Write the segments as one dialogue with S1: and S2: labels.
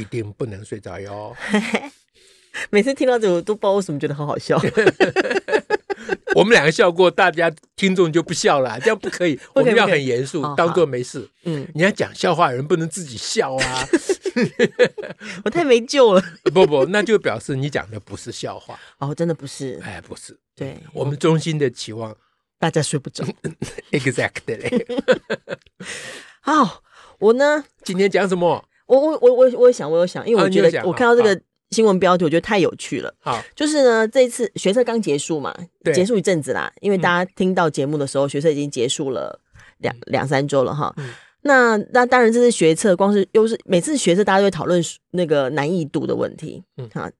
S1: 一定不能睡着 哟。
S2: 每次听到这，我都不知道为什么觉得很好笑。
S1: 我们两个笑过，大家听众就不笑了，这样不可以。我们要很严肃，
S2: 哦
S1: 当做没事。
S2: 嗯，
S1: 你要讲笑话，人不能自己笑 啊！
S2: 我太没救了。
S1: 不不，那就表示你讲的不是笑话。
S2: 哦，真的不是，
S1: 哎，不是，
S2: 对
S1: 我们衷心的期望
S2: 大家睡不着。
S1: ，exactly。
S2: 哦，我呢，
S1: 今天讲什么？
S2: 我我我我我有想，我有想，因为
S1: 啊
S2: 我
S1: 你
S2: 觉
S1: 有
S2: 得、
S1: 想
S2: 我
S1: 好
S2: 看到这
S1: 好
S2: 个新闻标题，我觉得太有趣了。
S1: 好，
S2: 就是呢，这一次学测刚结束嘛，
S1: 对嗯
S2: 结束一阵子啦，因为大家听到节目的时候，学测已经结束了两两三周了哈。
S1: 嗯
S2: 那那当然，这次学测光是又是每次学测，大家都会讨论那个难易度的问题。
S1: 嗯
S2: 哈，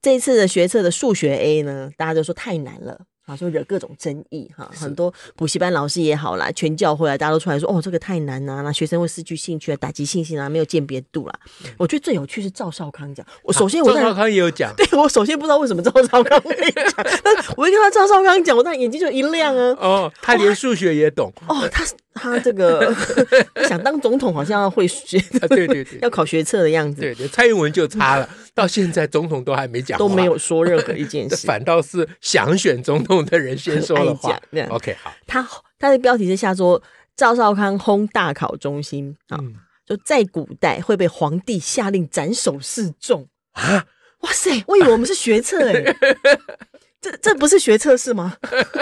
S2: 这一次的学测的数学 A 呢，大家都说太难了。啊，说惹各种争议哈，
S1: 是
S2: 很多补习班老师也好啦，全教会啊，大家都出来说哦，这个太难啦、那学生会失去兴趣啊，打击信心啊，没有鉴别度啦。
S1: 嗯
S2: 我觉得最有趣是赵少康讲，我首先我
S1: 赵
S2: 当然
S1: 少康也有 讲，
S2: 对我首先不知道为什么赵少康会讲，但我一看到赵少康讲，我那眼睛就一亮 啊！
S1: 哦，他连数学 也懂。
S2: 哦，他他这个 想当总统好像会学，
S1: 啊对对对
S2: 要考学测的样子，
S1: 对对，蔡英文就 差了，到现在总统都还没讲话，
S2: 都没有说任何一件 事。
S1: 反倒是想选总统的人先说了
S2: 很爱
S1: 话哦
S2: 讲这样。
S1: OK，好，
S2: 他他的标题是下说赵少康轰大考中心啊，
S1: 嗯
S2: 就在古代会被皇帝下令斩首示众。
S1: 啊，
S2: 哇塞，我以为我们是学测哎、 这这不是学测是吗？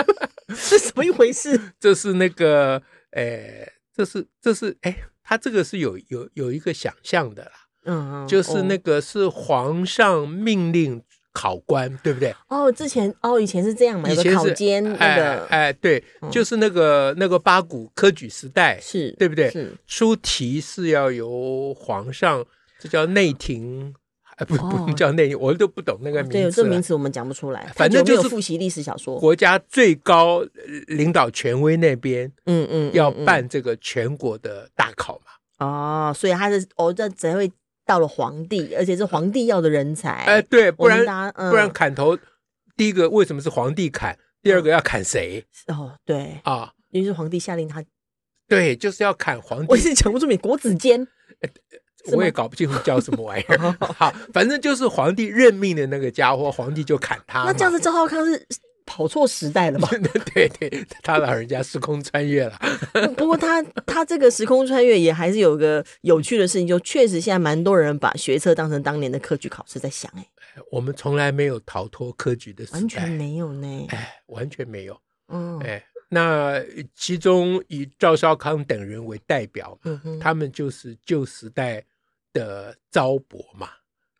S2: 是什么一回事？
S1: 这是那个，诶、这是这是，诶、他这个是有有有一个想象的啦，
S2: 嗯，
S1: 就是
S2: 哦
S1: 那个是皇上命令考官，对不对？
S2: 哦，之前哦，以前是这样嘛，
S1: 以
S2: 有
S1: 前
S2: 个
S1: 是
S2: 考监那个、嗯
S1: 哎哎，对，就是那个那个八股科举时代，
S2: 是，
S1: 哎对不对？
S2: 是
S1: 出题是要由皇上，这叫内廷，哎，不
S2: 哦
S1: 不叫内廷，我都不懂那个
S2: 对，有这
S1: 名字
S2: 个
S1: 了
S2: 名。词我们讲不出来，
S1: 反正
S2: 太久没有
S1: 就是
S2: 复习历史小说，
S1: 国家最高呃领导权威那边
S2: 嗯嗯，嗯
S1: 要
S2: 嗯
S1: 办这个全国的大考嘛？
S2: 哦，所以他是哦，这才会到了皇帝，而且是皇帝要的人才，
S1: 哎，对，不
S2: 我们
S1: 然
S2: 大家嗯
S1: 不然砍头，第一个为什么是皇帝砍？第二个要砍谁
S2: 哦，对，
S1: 啊？
S2: 于是皇帝下令他，
S1: 对，就是要砍皇
S2: 我
S1: 帝
S2: 一。直讲不出名，国子 监，是吗
S1: 我也搞不清楚叫什么玩意儿。 好，反正就是皇帝任命的那个家伙，皇帝就砍他嘛。
S2: 那这样子赵少康是跑错时代了吧？
S1: 对对，他老人家时空穿越了。
S2: 不过他他这个时空穿越也还是有个有趣的事情，就确实现在蛮多人把学测当成当年的科举考试在想、哎，
S1: 我们从来没有逃脱科举的时代，
S2: 完全没有呢，
S1: 哎，完全没有。
S2: 嗯
S1: 哎，那其中以赵少康等人为代表嘛，
S2: 嗯哼，
S1: 他们就是旧时代的糟粕嘛，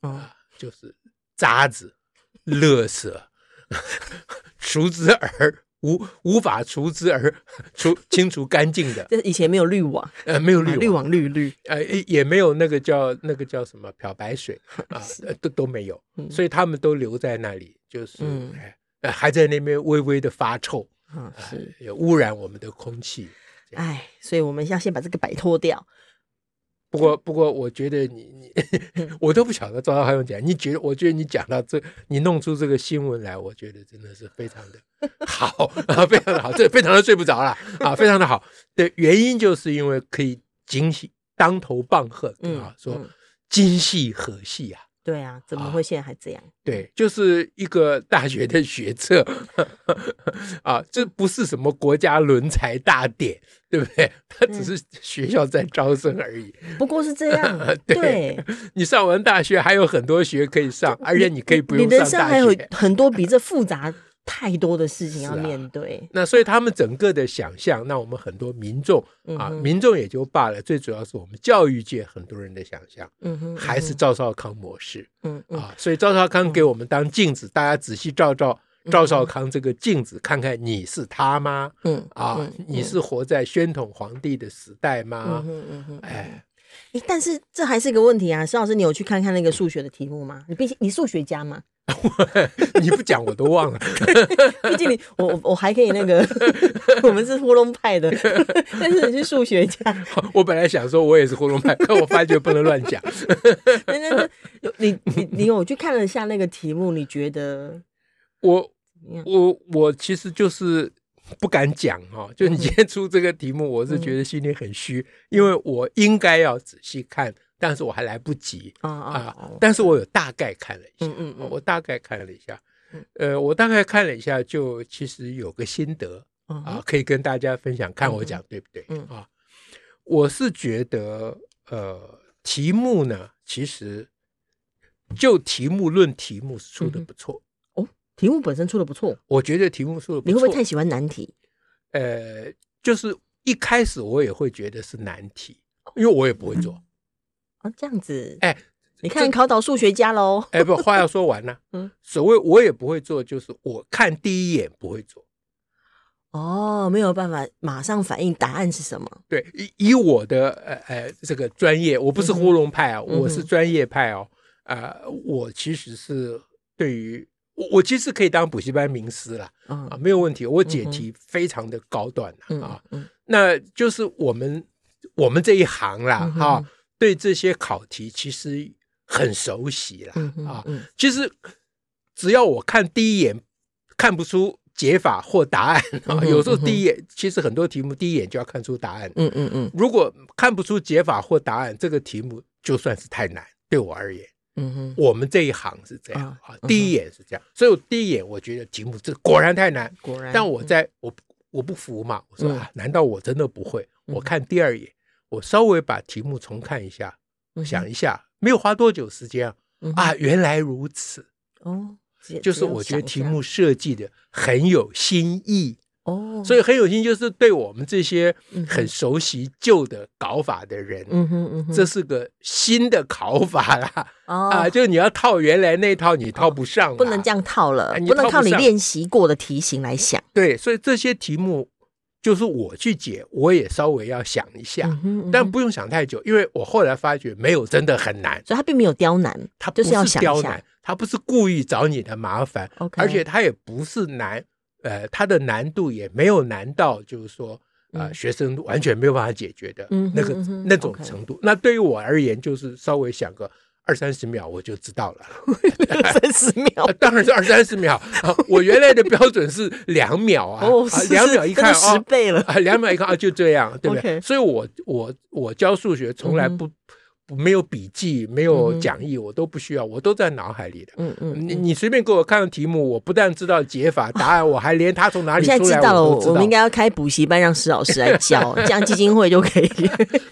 S2: 嗯
S1: 就是渣子、垃圾， 除之而无无法除之而 除清除干净的，
S2: 这以前没有滤网，啊
S1: 呃，没有绿
S2: 滤
S1: 网，
S2: 网滤滤，
S1: 呃，也没有那个叫那个叫什么漂 白水啊，呃都都没有，
S2: 嗯
S1: 所以他们都留在那里，就是
S2: 嗯
S1: 哎呃还在那边微微的发臭，啊
S2: 嗯
S1: 哎
S2: 是，
S1: 也污染我们的空气。
S2: 哎，所以我们要先把这个摆脱掉。
S1: 不过，
S2: 嗯
S1: 不过，我觉得你你 我都不晓得赵少康讲，你觉得？我觉得你讲到这，你弄出这个新闻来，我觉得真的是非常 的好啊，非常的好，这非常的睡不着了啊，非常的好。的原因就是因为可以警醒当头棒喝
S2: 嗯
S1: 啊，说
S2: 嗯
S1: 今夕何夕啊。
S2: 对啊，怎么
S1: 啊
S2: 会现在还这样？
S1: 对，就是一个大学的学测 啊，这不是什么国家伦才大典，对不对？它
S2: 嗯
S1: 只是学校在招生而已。，
S2: 不过是这样啊对
S1: 对，你上完大学还有很多学可以上，而且你可以不
S2: 你
S1: 用
S2: 人
S1: 上
S2: 生
S1: 大
S2: 还有
S1: 学。
S2: 很多比这复杂太多的事情要
S1: 是啊
S2: 面对。
S1: 那所以他们整个的想象，那我们很多民众
S2: 嗯
S1: 啊，
S2: 哼
S1: 民众也就罢了，最主要是我们教育界很多人的想象
S2: 嗯哼，
S1: 还是赵少康模式
S2: 嗯嗯，
S1: 啊，所以赵少康给我们当镜子，大家仔细照照赵少康这个镜子，看看你是他吗？
S2: 嗯
S1: 啊
S2: 嗯，
S1: 你是活在宣统皇帝的时代吗
S2: 嗯？哼嗯哼，
S1: 哎，
S2: 诶但是这还是个问题啊，石老师，你有去看看那个数学的题目吗？你毕竟你数学家嘛，
S1: 你不讲我都忘了。
S2: 毕竟你我我我还可以那个， 我们是呼隆派的， 但是你是数学家，
S1: 我本来想说我也是呼隆派，可我发觉不能乱讲。
S2: 那那那有你你你有去看了一下那个题目，你觉得
S1: 我
S2: 怎么样？
S1: 我我其实就是不敢讲哈、哦，就你今天出这个题目，我是
S2: 嗯
S1: 觉得心里很虚，因为我应该要仔细看，但是我还来不及
S2: 啊
S1: 啊
S2: 啊！啊！
S1: 但是我有大概看了一下，
S2: 嗯嗯嗯
S1: 我大概看了一下
S2: 嗯，
S1: 呃，我大概看了一下，就其实有个心得
S2: 嗯
S1: 啊，可以跟大家分享，看我讲对不对
S2: 嗯
S1: 啊？我是觉得，呃，题目呢，其实就题目论题目是出的
S2: 嗯哼
S1: 不错。
S2: 题目本身出的不错，
S1: 我觉得题目出的不
S2: 你会
S1: 错，
S2: 不会太喜欢难题？
S1: 呃，就是一开始我也会觉得是难题，因为我也不会做。
S2: 啊，这样子，
S1: 哎
S2: 你看考倒数学家喽。
S1: 哎，不，话要说完了。
S2: 嗯，
S1: 所谓我也不会做，就是我看第一眼不会做。
S2: 哦，没有办法马上反应答案是什么。
S1: 对，以以我的呃呃这个专业，我不是
S2: 嗯哼
S1: 呼隆派啊，
S2: 哼
S1: 我是专业派哦。啊、我其实是对于我，我其实可以当补习班名师啦，
S2: 嗯
S1: 啊，没有问题。我解
S2: 嗯哼
S1: 题非常的高段啊，
S2: 嗯
S1: 啊
S2: 嗯
S1: 那就是我们我们这一行啦，
S2: 嗯哼
S1: 哈、对这些考题其实很熟悉啦，
S2: 嗯嗯
S1: 啊，
S2: 嗯
S1: 其实只要我看第一眼看不出解法或答案
S2: 嗯
S1: 啊，
S2: 哼
S1: 有时候
S2: 嗯哼
S1: 第一眼其实很多题目第一眼就要看出答案，
S2: 嗯嗯嗯
S1: 如果看不出解法或答案，这个题目就算是太难。对我而言，
S2: 嗯哼，
S1: 我们这一行是这样
S2: 啊
S1: 啊
S2: 嗯，哼
S1: 第一眼是这样，所以我第一眼我觉得题目这果然太难，
S2: 果然。
S1: 但我在我不我不服嘛，我说
S2: 嗯
S1: 啊，难道我真的不会？
S2: 嗯
S1: 我看第二眼，我稍微把题目重看一下，想一下，没有花多久时间啊，
S2: 嗯哼
S1: 啊，原来如此，
S2: 哦，只
S1: 就是
S2: 只要
S1: 我觉
S2: 想
S1: 得
S2: 一
S1: 题
S2: 下
S1: 目设计的很有新意，
S2: 哦，
S1: 所
S2: 以
S1: 以很有新意就是对我们这些
S2: 嗯
S1: 很熟悉旧的搞法的人，
S2: 嗯哼嗯哼，
S1: 这是个新的考法啦，
S2: 啊
S1: 啊，就是你要套原来那一套，你套不上啦，
S2: 不能这样套了
S1: 哎，你
S2: 不能
S1: 套不
S2: 靠你
S1: 上
S2: 练习过的题型来想。
S1: 对，所以这些题目就是我去解，我也稍微要想一下，
S2: 嗯哼嗯
S1: 但
S2: 哼
S1: 不用想太久，因为我后来发觉没有真的很难，
S2: 所以他并没有刁难，
S1: 它
S2: 就
S1: 不
S2: 是要想一
S1: 刁
S2: 下
S1: 难。，它不是故意找你的麻烦
S2: OK
S1: 而且它也不是难，呃，它的难度也没有难到就是说。呃，
S2: 嗯
S1: 学生完全没有办法解决的
S2: 嗯哼
S1: 那个、
S2: 嗯哼
S1: 那种
S2: OK
S1: 程度那对于我而言，就是稍微想个二三十秒，我就知道了。
S2: 三十秒
S1: 啊，当然是二三十秒、啊。我原来的标准是两秒啊，
S2: 哦，
S1: 啊
S2: 是
S1: 两
S2: 是
S1: 秒一
S2: 真
S1: 看
S2: 的十
S1: 啊，
S2: 倍了。
S1: 啊，两秒一看啊，就这样，对不对
S2: OK 嗯
S1: 所以我我我教数学从来不、不没有笔记，没有讲义，我都不需要，我都在脑海里的。
S2: 嗯嗯，
S1: 你你随便给我看个题目，我不但知道解法答案，我还连它从哪
S2: 我
S1: 里
S2: 现在
S1: 出
S2: 知
S1: 来
S2: 道了，
S1: 我
S2: 我
S1: 都知
S2: 我
S1: 道
S2: 们应。该要开补习班，让施老师来 教，这样基金会就可以。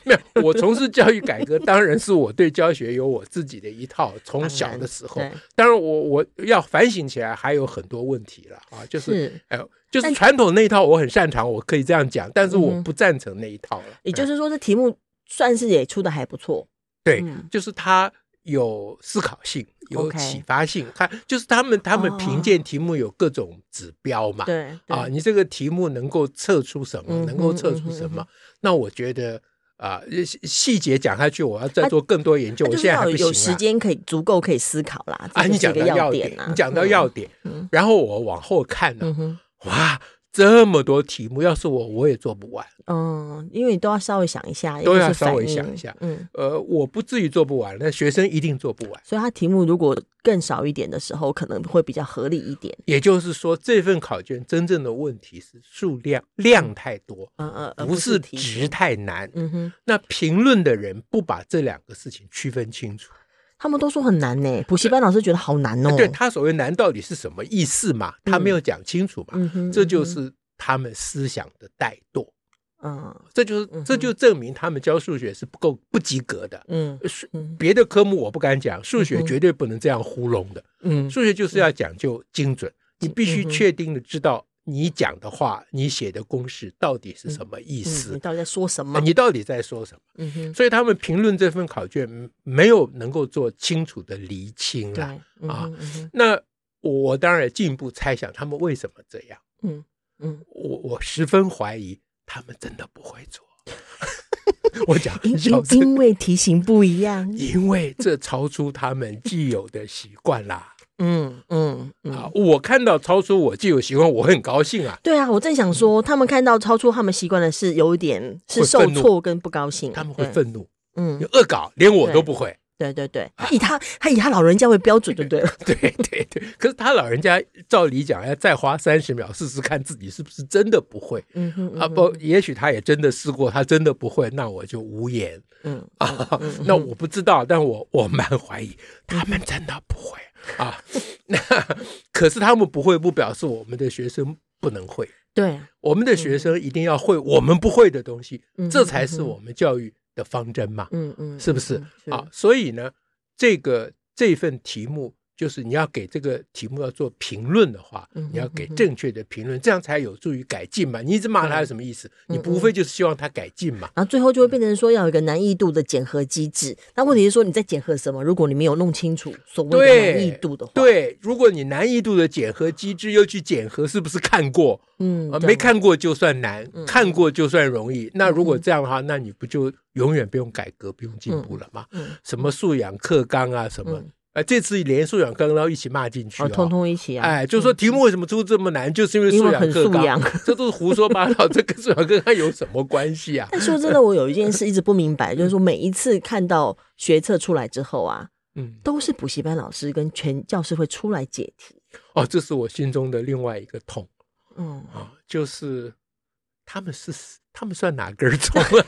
S1: 没有，我从事教育改革，当然是我对教学有我自己的一套，从小的时候
S2: 对，
S1: 当然我我要反省起来还有很多问题了啊，就是
S2: 是，
S1: 哎，就是
S2: 但
S1: 传统那一套我很擅长，我可以这样讲，但是
S2: 嗯
S1: 我
S2: 哼
S1: 不赞成那一套了。
S2: 也
S1: 哎
S2: 就是说，这题目算是也出的还不错。
S1: 对
S2: 嗯，
S1: 就是他有思考性，有
S2: OK
S1: 启发性，他就是他们他们
S2: 哦
S1: 评鉴题目有各种指标嘛，
S2: 对
S1: 啊，
S2: 对
S1: 你这个题目能够测出什
S2: 嗯哼
S1: 么，能够测出什么，
S2: 嗯
S1: 那我觉得。啊，细细节讲下去，我要再做更多研究。
S2: 那
S1: 我
S2: 就是
S1: 现在还
S2: 要
S1: 不行
S2: 有
S1: 啊
S2: 时间可以足够可以思考啦。
S1: 啊，
S2: 这
S1: 你
S2: 就是
S1: 讲
S2: 一
S1: 到
S2: 个要
S1: 点，
S2: 啊，
S1: 你讲到要点
S2: 嗯，
S1: 然后我往后看呢
S2: 嗯。嗯，哼，
S1: 哇，这么多题目，要是我我也做不完。
S2: 嗯，因为你都要稍微想一下，
S1: 都
S2: 又
S1: 要
S2: 是
S1: 稍
S2: 反
S1: 微
S2: 应
S1: 想一下
S2: 嗯，
S1: 呃，我不至于做不完，那学生一定做不完。
S2: 所以它题目如果更少一点的时候，可能会比较合理一点。
S1: 也就是说，这份考卷真正的问题是数量量太多，
S2: 嗯嗯，而
S1: 呃不是
S2: 题
S1: 值太难。
S2: 嗯哼，
S1: 那评论的人不把这两个事情区分清楚，
S2: 他们都说很难呢，补习班老师觉得好难哦。
S1: 对他所谓难到底是什么意思嘛？他没有讲清楚嘛？
S2: 嗯哼，
S1: 这就
S2: 嗯哼
S1: 是他们思想的怠惰，
S2: 嗯
S1: 这就是
S2: 嗯哼
S1: 这就证明他们教数学是不够不及格的。
S2: 嗯
S1: 呃数
S2: 嗯
S1: 别的科目我不敢讲，数
S2: 嗯
S1: 学
S2: 哼
S1: 绝对不能这样糊弄的。
S2: 嗯
S1: 数学就是要讲究精准，你必须
S2: 嗯哼
S1: 确定的知道你讲的话，你写的公式到底是什么意
S2: 嗯，你
S1: 思，
S2: 到底在说什么
S1: 呃？你到底在说什么。
S2: 嗯哼，
S1: 所以他们评论这份考卷嗯没有能够做清楚的厘清
S2: 对
S1: 啦。
S2: 嗯
S1: 啊
S2: 哼嗯哼
S1: 那我当然进一步猜想他们为什么这样，
S2: 嗯嗯，
S1: 我我十分怀疑他们真的不会做。我讲
S2: 因
S1: 很 小
S2: 因
S1: 声，
S2: 因为题型不一样，
S1: 因为这超出他们既有的习惯啦。
S2: 嗯嗯嗯，
S1: 啊，我看到超出我既有习惯，我会很高兴啊。
S2: 对啊，我正想说，他们看到超出他们习惯的是有一点是
S1: 会
S2: 受
S1: 愤怒
S2: 挫跟不高兴，
S1: 他们会
S2: 对，
S1: 愤怒，
S2: 嗯
S1: 你，恶搞，连我
S2: 对
S1: 都不会。
S2: 对对对，他以他他以他老人家为标准就对了，
S1: 对对对，可是他老人家照理讲要再花三十秒试试看自己是不是真的不会
S2: 嗯哼
S1: 啊？不，也许他也真的试过，他真的不会，那我就无言
S2: 嗯
S1: 啊。那我不知道，但我我蛮怀疑他们真的不会啊。 那可是他们不会，不表示我们的学生不能会，
S2: 对啊，
S1: 我们的学生一定要会我们不会的东西，
S2: 嗯
S1: 这才是我们教育的方针嘛。
S2: 嗯嗯，
S1: 是不是
S2: 嗯？
S1: 啊，所以呢，这个这份题目就是你要给这个题目要做评论的话，
S2: 嗯哼
S1: 你要给正确的评论，这样才有助于改进嘛。你一直骂他有什么意思？
S2: 嗯
S1: 你不无非就是希望他改进嘛。
S2: 然后最后就会变成说要有一个难易度的检核机制。那问题是说你在检核什么？如果你没有弄清楚所谓的难易
S1: 对
S2: 度的话，，
S1: 对，如果你难易度的检核机制又去检核是不是看过，
S2: 嗯
S1: 啊，
S2: 对
S1: 没看过就算难，
S2: 嗯
S1: 看过就算容易。那如果这样的话，那你不就永远不用改革、不用进步了吗？
S2: 嗯
S1: 什么素养课纲啊，什么
S2: 嗯，
S1: 啊，这次连素养课纲都一起骂进去
S2: 哦，
S1: 哦
S2: 通通一起啊，
S1: 哎，就说题目为什么出这么难，就是因为
S2: 因
S1: 素
S2: 为
S1: 养
S2: 很
S1: 课
S2: 素
S1: 纲，
S2: 养。
S1: 这都是胡说八道，这跟素养课纲有什么关系 啊？
S2: 但说真的，我有一件事一直不明白，就是说每一次看到学测出来之后啊，
S1: 嗯，
S2: 都是补习班老师跟全教师会出来解题。
S1: 哦，这是我心中的另外一个痛
S2: 嗯，
S1: 啊，就是他们是他们算哪根葱啊？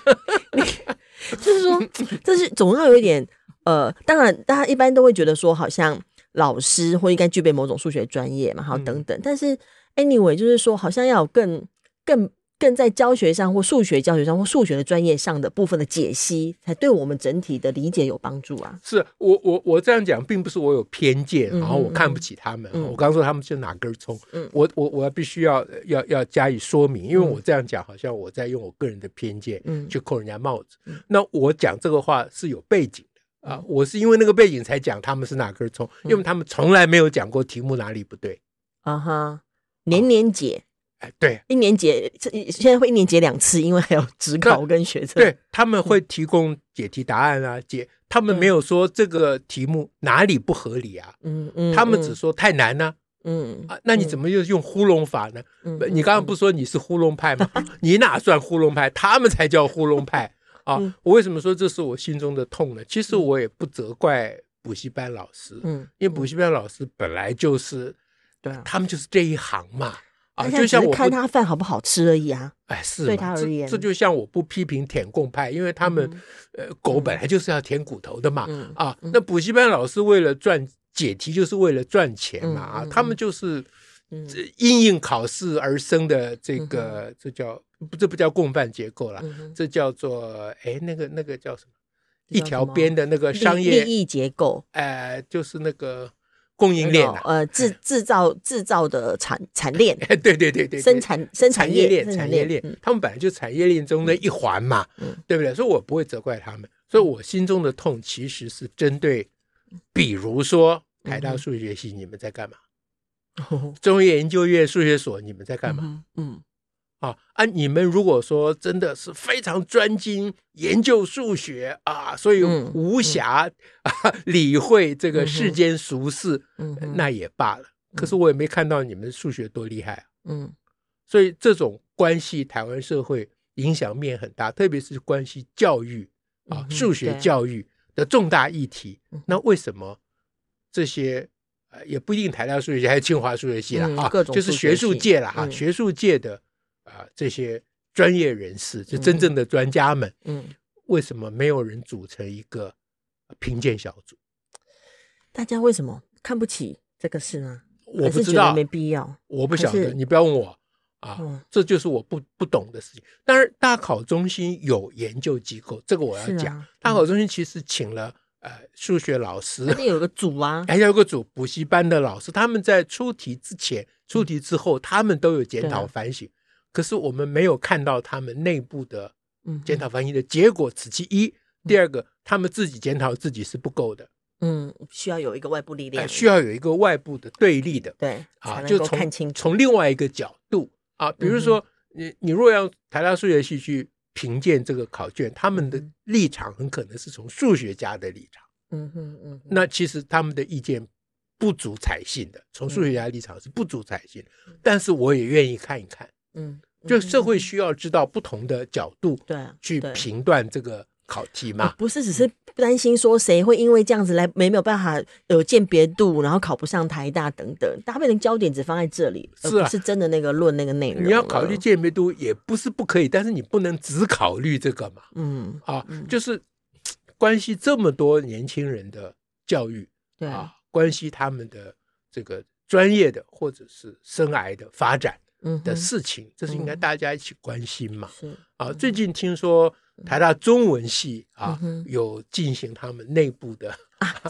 S2: 就是说， 这是总要有一点呃，当然大家一般都会觉得说，好像老师或应该具备某种数学专业嘛，好
S1: 嗯
S2: 等等。但是 anyway，就是说，好像要有更更更在教学上或数学教学上或数学的专业上的部分的解析，才对我们整体的理解有帮助啊。
S1: 是我我我这样讲，并不是我有偏见，
S2: 嗯
S1: 然后我看不起他们。
S2: 嗯
S1: 我刚说他们是哪根葱，
S2: 嗯
S1: 我我我必须要要要加以说明，因为我这样讲，好像我在用我个人的偏见，
S2: 嗯
S1: 去扣人家帽子
S2: 嗯。
S1: 那我讲这个话是有背景的啊，我是因为那个背景才讲他们是哪根葱，因
S2: 嗯
S1: 为他们从来没有讲过题目哪里不对。
S2: 啊哈，年年解。
S1: 哎，对
S2: 一年解，这现在会一年解两次，因为还有职考跟学测。
S1: 对，他
S2: 嗯
S1: 们会提供解题答案啊，解他们没有说这个题目哪里不合理啊，
S2: 嗯，嗯
S1: 他们只说太难呢
S2: 嗯
S1: 啊，那你怎么又用糊弄法呢？
S2: 嗯
S1: 不你刚刚不说你是糊弄派吗？ 你哪算糊弄派？他们才叫糊弄派啊
S2: 嗯！
S1: 我为什么说这是我心中的痛呢？其实我也不责怪补习班老师，
S2: 嗯，
S1: 因为补习班老师本来就是，
S2: 对啊
S1: 他们就是这一行嘛，啊，
S2: 那
S1: 就
S2: 现在
S1: 像
S2: 只
S1: 我
S2: 是
S1: 不
S2: 看他饭好不好吃而已啊。
S1: 哎是
S2: 对
S1: 嘛
S2: 他而言
S1: 这，这就像我不批评舔共派，因为他们、呃狗本来就是要舔骨头的嘛，
S2: 嗯
S1: 啊，那补习班老师为了赚解题就是为了赚钱嘛，啊
S2: 嗯，嗯
S1: 他们就是。
S2: 嗯
S1: 这因应考试而生的这个，这叫不这不叫共犯结构了，
S2: 嗯哼
S1: 这叫做哎那个那个叫什么？
S2: 这
S1: 一
S2: 叫
S1: 条
S2: 什么
S1: 边的那个商
S2: 利
S1: 业
S2: 利益结构
S1: 呃，就是那个供应链啊，
S2: 呃，制制造制造的产产链、
S1: 哎，对 对对对，对
S2: 生产生
S1: 产
S2: 产
S1: 业
S2: 业、
S1: 链、
S2: 生
S1: 产
S2: 产
S1: 业
S2: 嗯
S1: 链，他们本来就产业链中的一环嘛
S2: 嗯，
S1: 对不对？所以我不会责怪他们，所以我心中的痛其实是针对，
S2: 嗯
S1: 比如说台大数学系你们在干嘛，中原研究院数学所你们在 干嘛？
S2: 嘛？嗯
S1: 啊啊！你们如果说真的是非常专精研究数学啊，所以
S2: 嗯
S1: 无暇、啊理会这个世间俗事，
S2: 嗯
S1: 呃
S2: 哼
S1: 那也罢了。可是我也没看到你们数学多厉害啊，
S2: 嗯
S1: 所以这种关系台湾社会影响面很大，特别是关系教育啊
S2: 嗯、哼
S1: 数学
S2: 对
S1: 教育的重大议题
S2: 嗯。
S1: 那为什么这些呃也不一定台大数学系还是清华数学系啦
S2: 嗯
S1: 啊，
S2: 各种
S1: 就是
S2: 数
S1: 学
S2: 学
S1: 术
S2: 系
S1: 界啦，啊，
S2: 嗯
S1: 学术界的啊这些专业人士，就真
S2: 嗯
S1: 正的专家们，
S2: 嗯，
S1: 为什么没有人组成一个呃评鉴小组？
S2: 大家为什么看不起这个事呢？
S1: 我
S2: 还
S1: 不
S2: 是
S1: 知
S2: 觉得
S1: 道
S2: 没，必要。
S1: 我不
S2: 还
S1: 晓得，
S2: 是
S1: 你不要问我啊。
S2: 嗯
S1: 这就是我不不懂的事情。当然，大考中心有研究机构，这个我要
S2: 是啊
S1: 讲。
S2: 嗯
S1: 大考中心其实请了呃数学老师
S2: 那，边有个组啊，
S1: 还有个组补习班的老师，他们在出题之前、出题之后，他们都有检
S2: 对
S1: 讨
S2: 啊
S1: 反省。可是我们没有看到他们内部的
S2: 嗯
S1: 检讨反省的结果，此其一。第二个，他们自己检讨自己是不够的，
S2: 嗯，需要有一个外部力
S1: 呃
S2: 量，
S1: 需要有一个外部的对立的。
S2: 对才
S1: 啊，
S2: 能
S1: 就
S2: 够
S1: 从
S2: 看清楚。嗯
S1: 从另外一个角度啊，比如说、你你若要台大数学系去评鉴这个考卷，他们的
S2: 嗯
S1: 立场很可能是从数学家的立场。
S2: 嗯哼嗯哼，
S1: 那其实他们的意见不足采信的，从数学家的立场是不足采信的，但是我也愿意看一看。
S2: 嗯，
S1: 就社会需要知道不同的角度
S2: 对啊
S1: 去
S2: 对
S1: 评断这个考题
S2: 啊
S1: 嘛，。
S2: 不是只是担心说谁会因为这样子来没没有办法有鉴别度，然后考不上台大等等，大家变成焦点只放在这里，而
S1: 是啊
S2: 不是真的那个论那个内容。
S1: 你要考虑，鉴别度也不是不可以，但是你不能只考虑这个嘛。
S2: 嗯，
S1: 啊
S2: 嗯，
S1: 就是嘖关系这么多年轻人的教育
S2: 对，
S1: 啊，关系他们的这个专业的或者是生涯的发展
S2: 嗯
S1: 的
S2: 哼
S1: 事情，这是应该
S2: 嗯
S1: 大家一起关心嘛。
S2: 是，
S1: 啊，最近听说台大中文系
S2: 嗯
S1: 啊
S2: 哼
S1: 有进行他们内 部的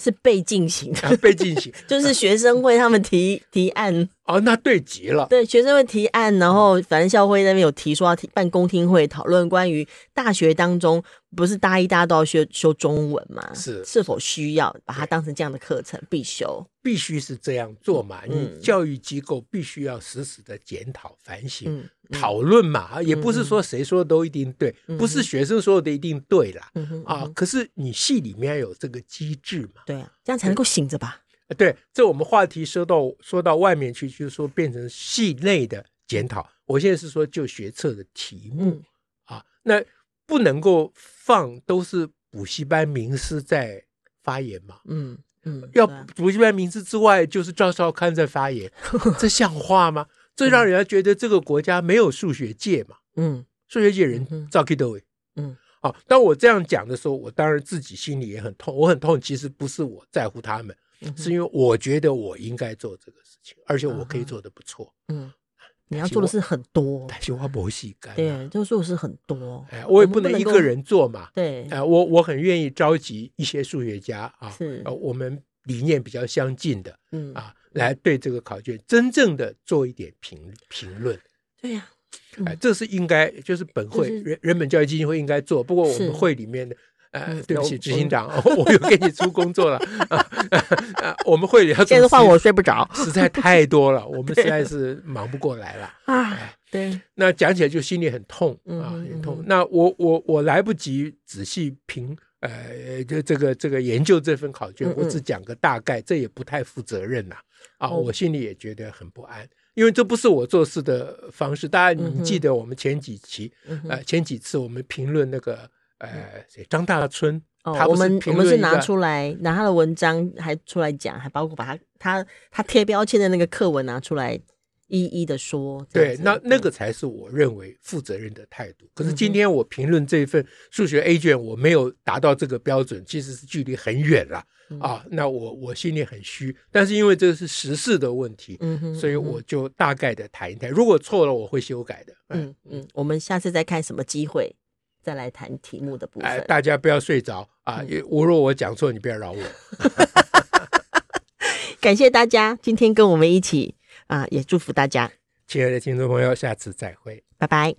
S2: 是被进行 的，
S1: 啊被进行，
S2: 就是学生会他们提提案，
S1: 哦，那对极了。
S2: 对学生会提案，然后反正校会那边有提说要提办公听会，讨论关于大学当中不是大一、大二都要修修中文嘛，
S1: 是
S2: 是否需要把它
S1: 对
S2: 当成这样的课程必修？
S1: 必须是这样做嘛，
S2: 嗯
S1: 你教育机构必须要时时的检讨、反省、
S2: 嗯，
S1: 讨论嘛，啊也不是说谁说的都一定对，
S2: 嗯
S1: 不是学生说的一定对啦。
S2: 嗯哼
S1: 啊，可是你系里面有这个机制嘛？
S2: 对啊，这样才能够醒着吧？
S1: 啊对，这我们话题说到说到外面去，就是说变成系内的检讨。我现在是说就学测的题目、
S2: 嗯
S1: 啊，那不能够放都是补习班名师在发言嘛？
S2: 嗯嗯，
S1: 要
S2: 对啊
S1: 补习班名师之外，就是赵少康在发 言，这像话吗？这让人家觉得这个国家没有数学界嘛，
S2: 嗯
S1: 数学界
S2: 嗯哼
S1: 人赵 K 德伟。
S2: 嗯，
S1: 好、啊当我这样讲的时候，我当然自己心里也很痛，我很痛。其实不是我在乎他们，
S2: 嗯哼
S1: 是因为我觉得我应该做这个事情，而且我可
S2: 嗯
S1: 以
S2: 哼
S1: 做得不错。
S2: 嗯，你要做的事很多，
S1: 但是我不戏干、啊，
S2: 对，就做的事很多，
S1: 哎，我也
S2: 们
S1: 不能一
S2: 够
S1: 个，人做嘛。
S2: 对，
S1: 哎、我我很愿意召集一些数学家啊，
S2: 是
S1: 呃我们理念比较相近的，
S2: 嗯
S1: 啊，来对这个考卷真正的做一点评评论，
S2: 对呀，
S1: 哎、
S2: 嗯
S1: 这是应该就是本会、
S2: 就是
S1: 人人本教育基金会应该做，不过我
S2: 是
S1: 们会里面的。呃
S2: 嗯，
S1: 对不
S2: 有
S1: 起，执行长，我又给你出工作了。啊啊我们会里要
S2: 现在都换
S1: 主持
S2: 我睡不着
S1: 实在太多了，我们实在是忙不过来了。
S2: 啊，对，
S1: 那讲起来就心里很痛
S2: 嗯
S1: 啊，
S2: 嗯
S1: 很
S2: 嗯
S1: 痛。那我我我来不及仔细评呃这这个这个研究这份考卷
S2: 嗯嗯，
S1: 我只讲个大概，这也不太负责任呐啊，
S2: 哦
S1: 我心里也觉得很不安。因为这不是我做事的方式，大家
S2: 嗯
S1: 你
S2: 哼
S1: 记得我们前几期，
S2: 嗯哼
S1: 呃，前几次我们评论那个呃谁张大春，
S2: 哦
S1: 他，
S2: 我
S1: 不是
S2: 们我
S1: 评
S2: 们
S1: 论
S2: 是
S1: 一
S2: 拿
S1: 个
S2: 出来拿他的文章还出来讲，还包括把他他他贴标签的那个课文拿出来一一的说。这样
S1: 对，
S2: 子嗯
S1: 那那个才是我认为负责任的态度。可是
S2: 嗯哼
S1: 今天我评论这份数学 A 卷，我没有达到这个标准，其实是距离很远了
S2: 嗯
S1: 啊。那我我心里很虚，但是因为这是时事的问题，
S2: 嗯哼，
S1: 所以
S2: 嗯哼
S1: 我就大概的谈一谈。如果错了，我会修改的。哎
S2: 嗯嗯，我们下次再看什么机会再来谈题目的部
S1: 哎，
S2: 分。
S1: 大家不要睡着啊！
S2: 嗯
S1: 也我若我讲错，你不要 饶我。
S2: 感谢大家今天跟我们一起啊，也祝福大家，
S1: 亲爱的听众朋友，下次再会。
S2: 拜拜。